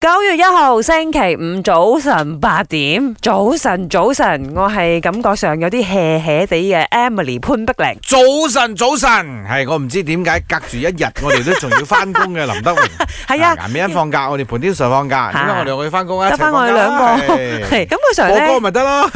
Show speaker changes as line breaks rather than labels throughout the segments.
九月一號星期五早晨八點，早晨早晨，我係感覺上有啲 hea hea 地嘅 Emily 潘碧玲。
早晨，早晨，係我唔知點解隔住一日，我哋都仲要翻工嘅林德榮。
係啊，
顏美欣放假，我哋盤天 Sir 放假，
嚇
點解我哋兩個要翻工啊？
得翻我哋兩個，係咁佢常
我歌
咧，
咪得咯。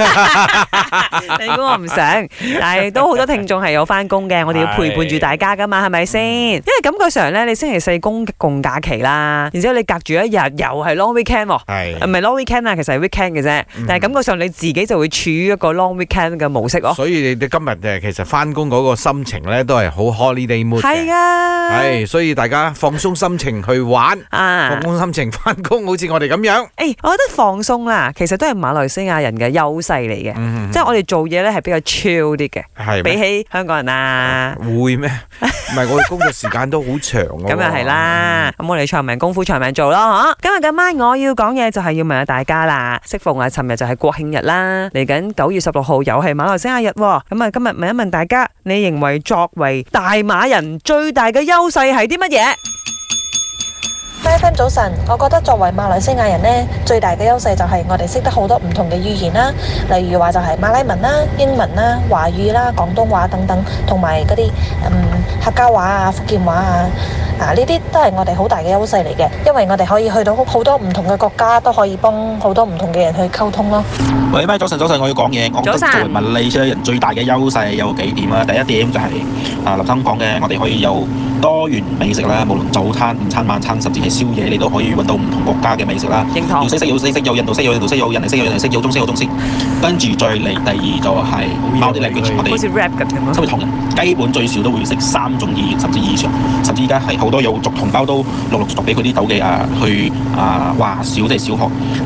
你估我唔 想，但係都好多聽眾係有翻工嘅，我哋要陪伴住大家噶嘛，係咪先？因為感覺上咧，你星期四公共假期啦，然之後你隔住一日又係 long weekend 喎。唔
係，
係 long weekend 啊，其實係 weekend 嘅啫，但係感覺上你自己就會處於一個 long weekend 嘅模式咯。
所以你哋今日誒，其實翻工嗰個心情咧，都係好 holiday mood
係
嘅。
啊，
係，所以大家放鬆心情去玩，
啊
放。鬆心情翻工，好似我哋咁樣。
誒、我覺得放鬆啦，其實都係馬來西亞人嘅優勢嚟嘅，
嗯
即係我哋做嘢咧係比較 chill 啲嘅，
係
比
咩
起香港人啊，
會咩？唔係，我哋工作時間都好長㗎
咁
喎。
又係啦。咁、我哋長命功夫長命做咯，嗬。今日今晚我要講嘢就係要問下大家啦，適逢啊，尋日就係國慶日啦，嚟緊九月十六號又係馬來西亞日喎，咁啊今日問一問大家，你認為作為大馬人最大嘅優勢係啲乜嘢？
My FM 早晨，我覺得作為馬來西亞人呢，最大嘅優勢就係我哋識得好多唔同嘅語言啦，例如話就係馬拉文啦、英文啦、華語啦、廣東話等等，同埋嗰啲嗯客家話啊、福建話啊。啊！呢啲都係我哋好大嘅優勢嚟嘅，因為我哋可以去到好好多唔同嘅國家，都可以幫好多唔同嘅人去溝通咯。
喂，咪早晨，早晨，我要講嘢。我覺
早
得作
晨
為物理商人最大嘅優勢有幾點啊？第一點就係、啊，林生講嘅，我哋可以有多元美食啦，無論早餐、午餐、晚餐，甚至係宵夜，你都可以揾到唔同國家嘅美食啦。
認
要
同
西式有西式，有印度式有印度式，有印尼式有印尼式，有中式有中式。跟住再嚟第二就係 multi language，我
好
哋
似 rap 咁樣
身為唐人，基本最少都會識三種語言甚至以上，甚至依家係好多有族同胞都陸陸續續俾佢啲友嘅啊去啊話小即係小學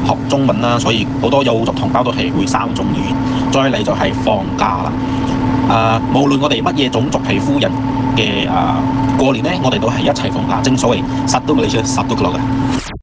學中文啦，所以好多有族同胞都係會三種語言。再嚟就係放假啦，啊，無論我哋乜嘢種族皮膚人嘅啊過年呢，我哋都係一齊放假，正所謂殺到你出殺到佢落嘅。